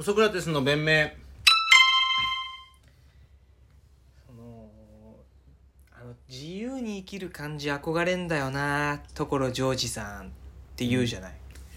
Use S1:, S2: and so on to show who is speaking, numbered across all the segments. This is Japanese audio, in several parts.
S1: ソクラテスの弁明
S2: そのあの自由に生きる感じ憧れんだよな所ジョージさんって言うじゃない、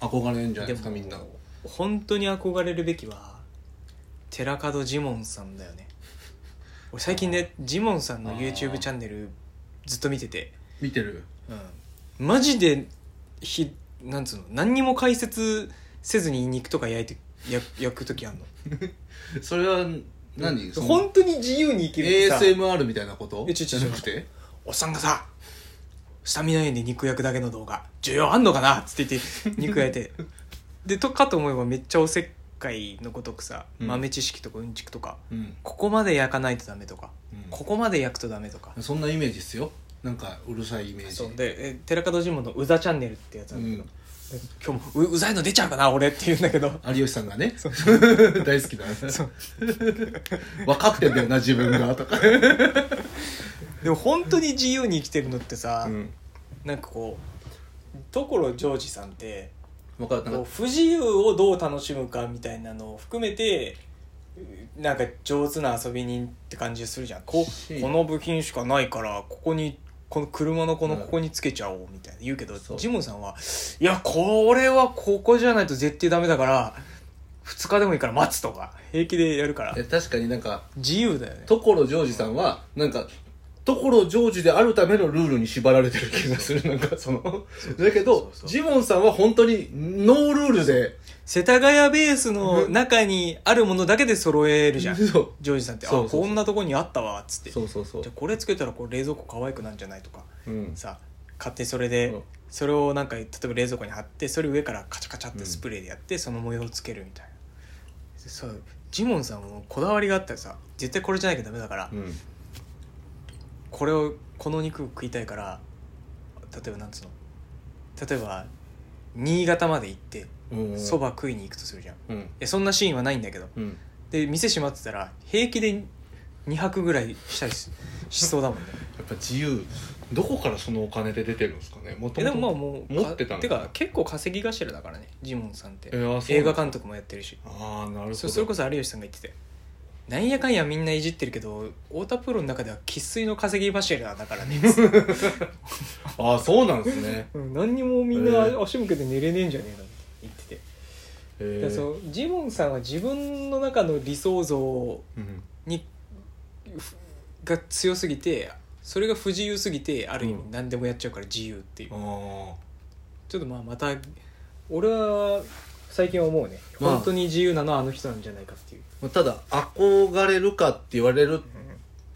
S1: 憧れんじゃない
S2: で
S1: ですか
S2: も
S1: みんな
S2: 本当に憧れるべきは寺門ジモンさんだよね俺最近ねジモンさんの YouTube チャンネルずっと見てて、
S1: 見てる
S2: うん、マジでひなんつうの何にも解説せずに肉とか焼いて焼焼く時あんの
S1: それは何その
S2: 本当に自由に生きるってさ
S1: ASMR みたいなこと
S2: えちょちょちょ
S1: じゃなくて
S2: おっさんがさスタミナ源で肉焼くだけの動画需要あんのかなっつって言 って肉焼いてでとかと思えばめっちゃおせっかいのごとくさ、
S1: うん
S2: 豆知識とかうんちくとか
S1: うん、
S2: ここまで焼かないとダメとか、
S1: うん
S2: ここまで焼くとダメとか、
S1: そんなイメージっすよなんかうるさいイメージ
S2: そうでえ寺門ジモンの「うざチャンネル」ってやつ
S1: う
S2: なんだけど、
S1: ん、
S2: 今日もう「うざいの出ちゃうかな俺」って言うんだけど
S1: 有吉さんがね 大好きだ
S2: そう
S1: 分かってんだよな自分 がとか、
S2: でも本当に自由に生きてるのってさ、
S1: うん、
S2: なんかこう所ジョージさんって
S1: 分かった
S2: こう不自由をどう楽しむかみたいなのを含めてうなんか上手な遊び人って感じするじゃんこ
S1: し
S2: この部品しかないからここにこの車のこのここにつけちゃおうみたいな言うけど、
S1: そう
S2: ジモンさんはいやこれはここじゃないと絶対ダメだから2日でもいいから待つとか平気でやるから
S1: え確かになんか
S2: 自由だよね
S1: 所ジョージさんはなんか所ジョージであるためのルールに縛られてる気がするなんかそのだけど
S2: そうそう
S1: ジモンさんは本当にノールールで
S2: 世田谷ベースの中にあるものだけで揃えるじゃんジ
S1: そう
S2: ョージさんってあ
S1: そうそうそう
S2: こんなとこにあったわっつって
S1: そうそうそう
S2: じゃあこれつけたらこれ冷蔵庫可愛くなんじゃないとか
S1: うん
S2: さ買ってそれで、
S1: うん
S2: それをなんか例えば冷蔵庫に貼ってそれ上からカチャカチャってスプレーでやって、その模様をつけるみたいなそうジモンさんもこだわりがあったらさ絶対これじゃなきゃダメだから、
S1: うん
S2: これをこの肉食いたいから例えばなんつうの例えば新潟まで行って
S1: うん
S2: そば、食いに行くとするじゃんい
S1: うん
S2: やそんなシーンはないんだけど
S1: うん
S2: で店閉まってたら平気で2泊ぐらいしたりししそうだもんね
S1: やっぱ自由どこからそのお金で出てるんですかねもと
S2: え
S1: もと
S2: でもまあもう
S1: 持ってたの
S2: てか結構稼ぎ頭だからねジモンさんって
S1: えーあそう
S2: 映画監督もやってるし
S1: ああなるほど
S2: そそれこそ有吉さんが言っててなんやかんやみんないじってるけど太田プロの中では生粋の稼ぎ柱だ からね
S1: ああそうなんですね
S2: うん何にもみんな足向けて寝れねえんじゃねえのって言ってて、
S1: へ
S2: だからそ
S1: ー
S2: のジモンさんは自分の中の理想像
S1: うん
S2: にふが強すぎてそれが不自由すぎてある意味
S1: うん
S2: 何でもやっちゃうから自由っていう、
S1: あ
S2: ちょっとまあまた俺は最近は思うね、
S1: まあ
S2: 本当に自由なのはあの人なんじゃないかっていう、
S1: あただ憧れるかって言われる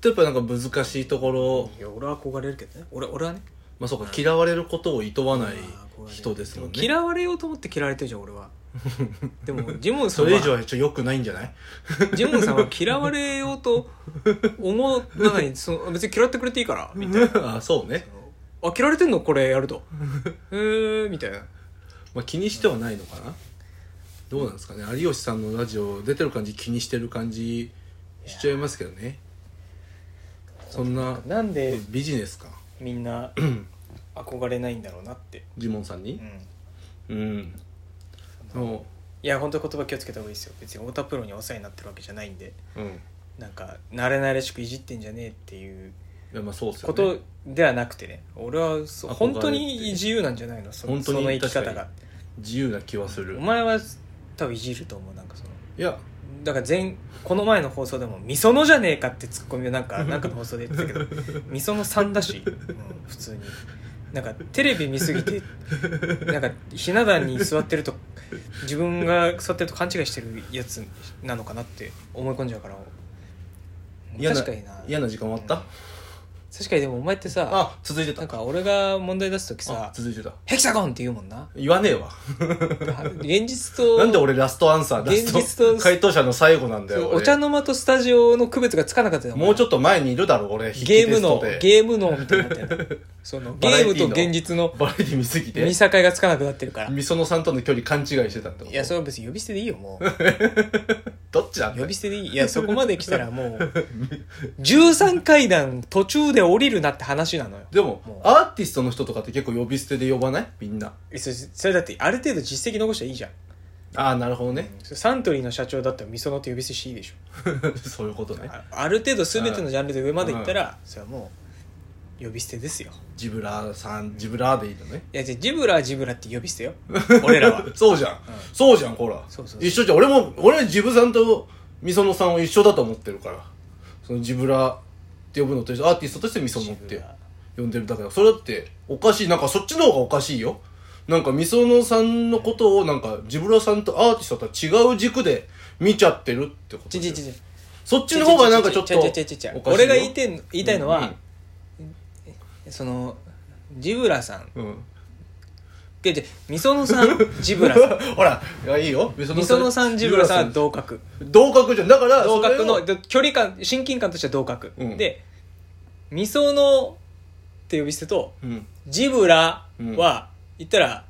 S1: とやっぱなんか難しいところ
S2: いや俺は憧れるけどね俺俺はね
S1: まあそうか嫌われることを厭わない
S2: 憧れる
S1: 人ですもんね
S2: 嫌われようと思って嫌われてるじゃん俺は でもジモンさ
S1: そ
S2: ん
S1: れ以上
S2: は
S1: はちょっと良くないんじゃ ない
S2: ジモンさんは嫌われようと思わないその別に嫌ってくれていいからみたいな
S1: ああそうね、
S2: あ嫌われてんのこれやる とへえー、みたいな
S1: まあ、気にしてはないのかなどうなんですかね有吉さんのラジオ出てる感じ気にしてる感じしちゃいますけどねそんな
S2: なんで
S1: ビジネスか
S2: みんな憧れないんだろうなって、
S1: ジモンさん
S2: う
S1: に
S2: ん、
S1: うんそ
S2: いや本当言葉気をつけた方がいいですよ別に太田プロにお世話になってるわけじゃないんで
S1: ううん
S2: なんか慣れ慣れしくいじってんじゃねえっていう
S1: いやまあそうっすよ
S2: こ
S1: ね
S2: とではなくてね俺はそ
S1: 憧れて
S2: 本当に自由なんじゃないのそ
S1: 本当に
S2: その生き方
S1: 確か
S2: が
S1: 自由な気はする
S2: お前は多分いじると思うなんかその
S1: いや
S2: だから前この前の放送でも「みそのじゃねえか」ってツッコミをなん かなんかの放送で言ってたけどみそのさんだし、うん普通になんかテレビ見すぎてなんかひな壇に座ってると自分が座ってると勘違いしてるやつなのかなって思い込んじゃうから
S1: 嫌な
S2: 確かにな
S1: 嫌な時間終わった、
S2: うん確かにでもお前ってさ
S1: あ続いてた
S2: なんか俺が問題出す時
S1: あ
S2: さ
S1: 続いてた
S2: 「ヘキサゴン!」って言うもん な
S1: 言わねえわ
S2: 現実と
S1: なんで俺ラストアンサーラスト
S2: 現実と
S1: 回答者の最後なんだよ俺
S2: お茶の間とスタジオの区別がつかなかったよ
S1: もうちょっと前にいるだろ俺
S2: ゲームの
S1: 筆記テストで
S2: ゲームのみたいにな ってるそのゲ
S1: バラエ
S2: ー
S1: ティ
S2: ム
S1: ーの
S2: と現実の
S1: バラエティ見すぎて
S2: 見境がつかなくなってる から
S1: みそのさんとの距離勘違いしてたってこと
S2: い
S1: い
S2: やそれは別に呼び捨てでいいよも
S1: どっちなん
S2: う
S1: だ
S2: 呼
S1: よ
S2: び捨てでいいいやそこまで来たらも う13階段途中で降りるなって話なのよ
S1: でも
S2: もう
S1: アーティストの人とかって結構呼び捨てで呼ばないみんな
S2: えそれそれだってある程度実績残しちゃいいじゃん
S1: ああなるほどね
S2: サントリーの社長だったらみそのって呼び捨てしていいでし ょ
S1: そういうことね
S2: あある程度全てのジャンルで上まで行ったらそれはもう呼び捨てですよ
S1: ジブラさんジブラでいいのね
S2: いやじゃあジブラはジブラって呼び捨 てよ 俺らは
S1: そうじゃん、そうじゃんほら
S2: そうそう
S1: 一緒じゃん俺も俺はジブさんとみそのさんを一緒だと思ってるからそのジブラって呼ぶのと一緒アーティストとしてみそのっ
S2: ジ
S1: て
S2: ブラ
S1: 呼んでるだけだそれだっておかしいなんかそっちの方がおかしいよなんかみそのさんのことをなんかジブラさんとアーティストとは違う軸で見ちゃってるってこと
S2: ち
S1: だ
S2: ち
S1: よ
S2: ちち
S1: そっちの方がなんかちょっと
S2: 違う違う違う違う違う
S1: おかしいよ
S2: 俺が言いてん言いたいのは、そのジブラさん
S1: うんうん
S2: いやじゃあみそのさんジブラ さん
S1: ほらいやいいよみ
S2: みそのさんジブラさんは同格
S1: 同格じゃんだから
S2: 同格
S1: そ
S2: の
S1: れを
S2: で距離感親近感としては同格、
S1: うん
S2: でみそのって呼び捨てと
S1: うん
S2: ジブラは言ったら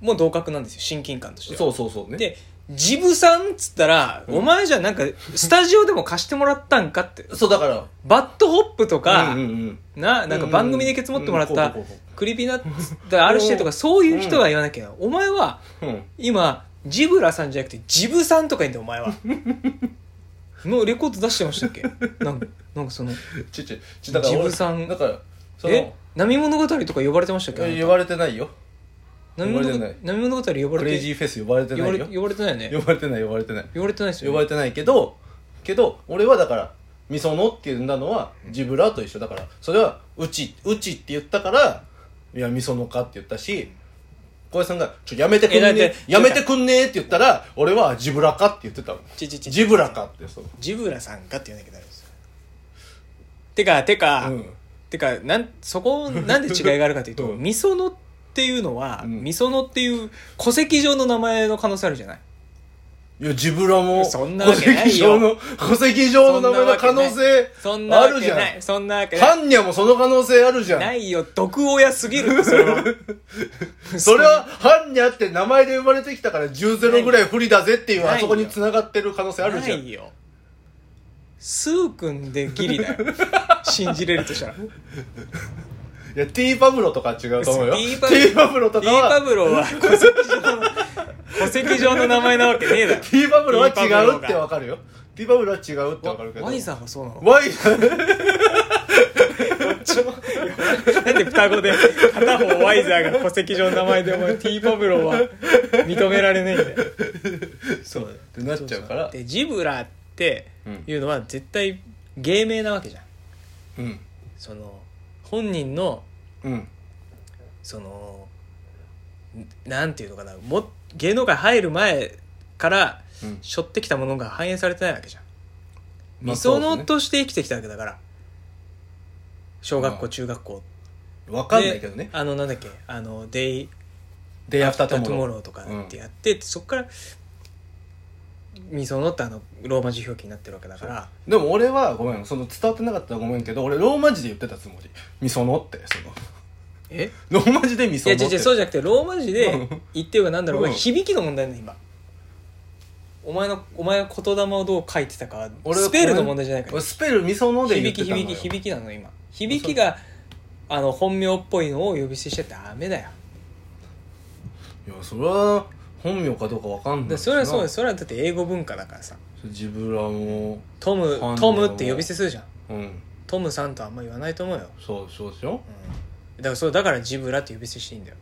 S2: もう同格なんですよ親近感としては
S1: そうそうそうね
S2: でジブさんっつったら、お前じゃなんかスタジオでも貸してもらったんかって
S1: そうだから
S2: バッドホップとか、
S1: うんうんうん
S2: ななんか番組でケツ持ってもらっ
S1: うん
S2: た
S1: こうこうこうこ
S2: クリピーナッツだ RC とかそういう人は言わなきゃ、お前は
S1: うん
S2: 今ジブラさんじゃなくてジブさんとか言うんだよお前 はのレコード出してましたっけなんかなんかその
S1: ちちちだから
S2: ジブさん
S1: だからそ
S2: え
S1: の
S2: 波物語とか呼ばれてましたっけあなた
S1: 呼ばれてないよ
S2: 波
S1: 呼ばれて
S2: 物語
S1: ない
S2: 波物語呼ば
S1: クレ
S2: れ
S1: イジ
S2: て
S1: ーフェス呼ばれて
S2: 呼
S1: な
S2: ば
S1: い
S2: れ
S1: よ
S2: 呼ばれてないよね
S1: 呼ばれてない呼ばれてない
S2: 呼ばれてないです
S1: 呼
S2: よ、
S1: ば
S2: ね、
S1: れてないけどけど俺はだからみそのって呼んだのはジブラと一緒だからそれはうちうちって言ったからいやみそのかって言ったし小林さんが「ちょやめてくん
S2: えだっ
S1: ね
S2: て
S1: やめてくんね」って言ったら俺はジブラかって言ってたの
S2: ちちち
S1: ジブラかってそう
S2: ジブラさんかって言わなきゃダメですよてかてか、
S1: うん
S2: てかなんそこなんで違いがあるかというと、
S1: うん
S2: みそのっていうのは、
S1: うん
S2: みそのっていう戸籍上の名前の可能性あるじゃない
S1: いやジブラも
S2: そんなわけない
S1: 戸
S2: よ
S1: 籍上の戸籍上の名前の可能性
S2: そんなわ
S1: ある
S2: け
S1: じゃん
S2: ないそんなわけない
S1: 般若もその可能性あるじゃん
S2: ないよ毒親す ぎるそれは
S1: それは、般若って名前で生まれてきたから10-0ぐらい不利だぜっていう、
S2: ないよ
S1: あそこに繋がってる可能性ある
S2: な
S1: じゃん。
S2: いよスー君でギリ だよ信じれるとしたらデ
S1: いや、ティーパブロとかは違うと思うよ。
S2: そう
S1: テ
S2: ティ
S1: ィ
S2: ーパブロ
S1: ーパブロと
S2: ィ
S1: か
S2: ーパ
S1: は、
S2: ブロは戸籍上の 戸籍上の名前なわけねえだろ
S1: ティーパブロは違
S2: ティーパブロ
S1: うっ
S2: が
S1: てわかるよ。ティーパブロは違うってわかるけど。
S2: ワイさんはそうなの
S1: ワイさん。
S2: なんで双子で 片方ワイザーが戸籍上の名前でお前 T パブロは認められねえんだよ
S1: そう。ってなっちゃうから。
S2: でジブラっていうのは絶対芸名なわけじゃん
S1: うん。
S2: その本人の
S1: うん。
S2: そのなんていうのかなも芸能界入る前から
S1: うん
S2: 背負ってきたものが反映されてないわけじゃん
S1: ま
S2: 理
S1: あそ
S2: 想
S1: うですね
S2: のとして生きてきたわけだから小学校中学校
S1: わかんないけどね
S2: で。あのなんだっけあのデイ
S1: デイアフタート
S2: トゥ
S1: モ
S2: モ
S1: ロ
S2: ローとかってやって、そこからミソノってあのローマ字表記になってるわけだから
S1: ー。でも俺は、ごめん、その伝わってなかったらごめんけど、俺ローマ字で言ってたつもり。ミソノって、その。
S2: え
S1: ローマ字でミ
S2: い
S1: ソ
S2: や
S1: ノっ
S2: 違う
S1: て。
S2: 違うそうじゃなくてローマ字
S1: う
S2: で
S1: ん
S2: 言ってようがなんだろうが、
S1: うん
S2: 響きの問題なんだ今お前のお前が言霊をどう書いてたかは
S1: 俺は
S2: スペルの問題じゃないから
S1: 俺スペルミソノで言って
S2: 響き
S1: たのよ
S2: 響き響きなの今響きがあの本名っぽいのを呼び捨てしちゃダメだよ
S1: いやそれは本名かどうかわかんな
S2: で
S1: い
S2: それはそうですすそれはだって英語文化だからさ
S1: ジブラも
S2: トム
S1: 本名
S2: トムって呼び捨てするじゃん
S1: うん
S2: トムさんとはあんま言わないと思うよ
S1: そうそうでしょ
S2: だからそれだからジブラって呼び捨てしていいんだよ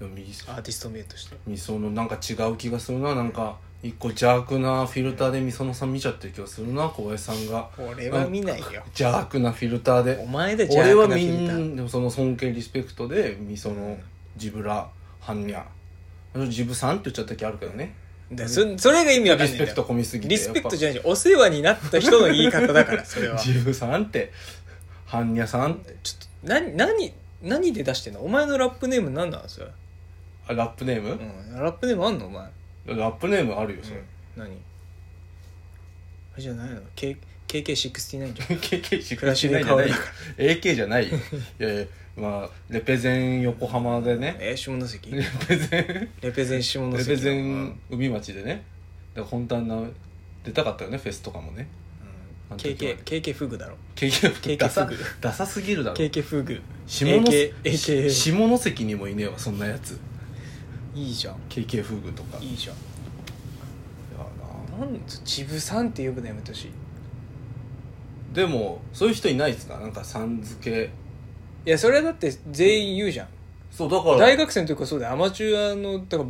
S1: でも右
S2: アーティスト名として
S1: ミソノなんか違う気がするななんか一個邪悪なフィルターでミソノさん見ちゃってる気がするな小林さんが
S2: 俺は見ないよ
S1: 邪悪なフィルター
S2: お
S1: で
S2: 前で邪
S1: 俺
S2: 悪
S1: は
S2: なフ
S1: み
S2: ィルター
S1: んなその尊敬リスペクトでミソノジブラハンニャジブさんって言っちゃった時あるけどね
S2: でそそれが意味わかん
S1: リ
S2: な
S1: ス
S2: いんだ
S1: ペクト
S2: よ
S1: 込みすぎて
S2: リスペクト
S1: やっぱ
S2: じゃないしお世話になった人の言い方だからそ れはちょ
S1: ジブさんってハンニャさんって
S2: っと何何何で出してんのお前のラップネーム何なんそれ、
S1: あラップネーム、
S2: うん、ラップネームあんのお前、
S1: ラップネームあるよそれ、
S2: 何あれじゃないの、K、KK69 じゃん
S1: KK し
S2: フラッシュで変わる
S1: AK じゃないよいやいやまあレペゼン横浜でね
S2: え下関
S1: レペゼン
S2: レペゼン下関
S1: レペゼ
S2: う
S1: ン
S2: ん
S1: 海町でねだから本当な出たかったよねフェスとかもね
S2: うん KK KK フグだろ
S1: KK ダサ
S2: フグ
S1: ダサすぎるだろ
S2: KK フグ
S1: 下関
S2: AK
S1: 下関にもいねえわそんなやつ
S2: いいじゃん
S1: KK フグとか
S2: いいじゃん
S1: やな
S2: なんつちぶさんって呼ぶのやめてほしい
S1: でもそういう人いないっすかなんかさん付け
S2: いやそれはだって全員言うじゃん
S1: そうだから
S2: 大学生の時からそうだよアマチュアのだから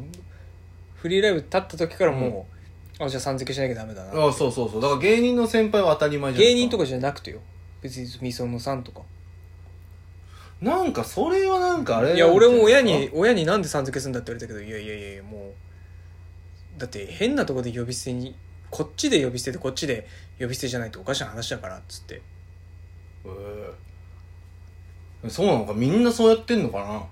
S2: フリーライブ立った時からもう、あじゃあさん付けしなきゃダメだな
S1: あそうそうそうだから芸人の先輩は当たり前じゃない
S2: 芸人と
S1: か
S2: かじゃなくてよ別にみそのさんとか
S1: なんかそれはなんかあれなん
S2: い
S1: じゃ
S2: や
S1: な
S2: 俺も親に親になんでさん付けするんだって言われたけどいやいやいやいやもうだって変なとこで呼び捨てにこっちで呼び捨てでこっちで呼び捨てじゃないとおかしな話だからっつって
S1: へえそうなのかみんなそうやってんのかな
S2: うん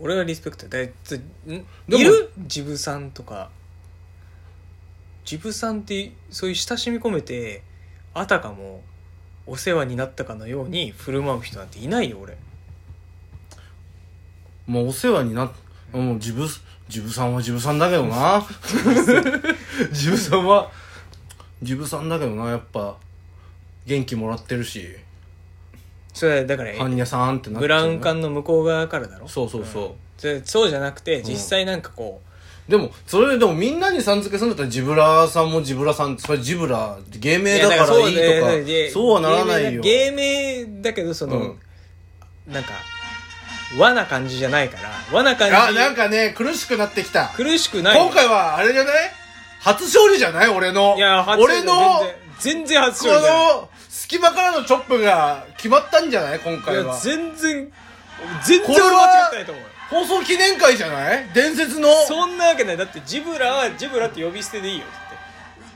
S2: 俺はリスペクトだいつん
S1: も
S2: いるジブさんとかジブさんってそういう親しみ込めてあたかもお世話になったかのように振る舞う人なんていないよ俺
S1: もうお世話になっもう自分自分さんは自分さんだけどな 自分さんは自分さんだけどなやっぱ元気もらってるし
S2: それはだから
S1: 般若さんってなっちゃうね
S2: ブラウン管の向こう側からだろ
S1: そうそうそうん
S2: それそうじゃなくて実際なんかこ
S1: でもそれでもみんなにさん付けするんだったらジブラさんもジブラさんそれジブラ芸
S2: う、
S1: 名だからいいとかそう
S2: で
S1: はならないよ
S2: 芸名だけどその、
S1: うん
S2: なんか和な感じじゃないから和な感じ
S1: あなんかね苦しくなってきた
S2: 苦しくない
S1: 今回はあれじゃない初勝利じゃない俺の
S2: いや、初
S1: 俺の
S2: 全然全然初
S1: こ
S2: 勝利だよ
S1: の隙間からのチョップが決まったんじゃない今回
S2: いや、
S1: は
S2: 全然、全
S1: こ
S2: 然
S1: れ
S2: 俺
S1: は
S2: 間違ってないと思うよ。
S1: 放送記念会じゃない伝説の
S2: そんなわけない。だって、ジブラはジブラって呼び捨てでいいよ。だ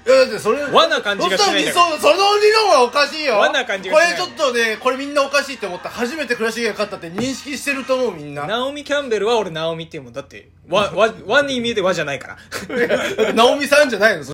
S2: って
S1: いやだってそれ
S2: 和な感じがしないんだか
S1: そうそうその理論はおかしいよ
S2: 和な感じがしない
S1: これちょっとねこれみんなおかしいって思った初めて倉重が勝ったって認識してると思うみん な
S2: ナオミ・キャンベルは俺ナオミっていうもん。だって、わ、わ、和に見えて和じゃないから。
S1: 直美さんじゃないのそ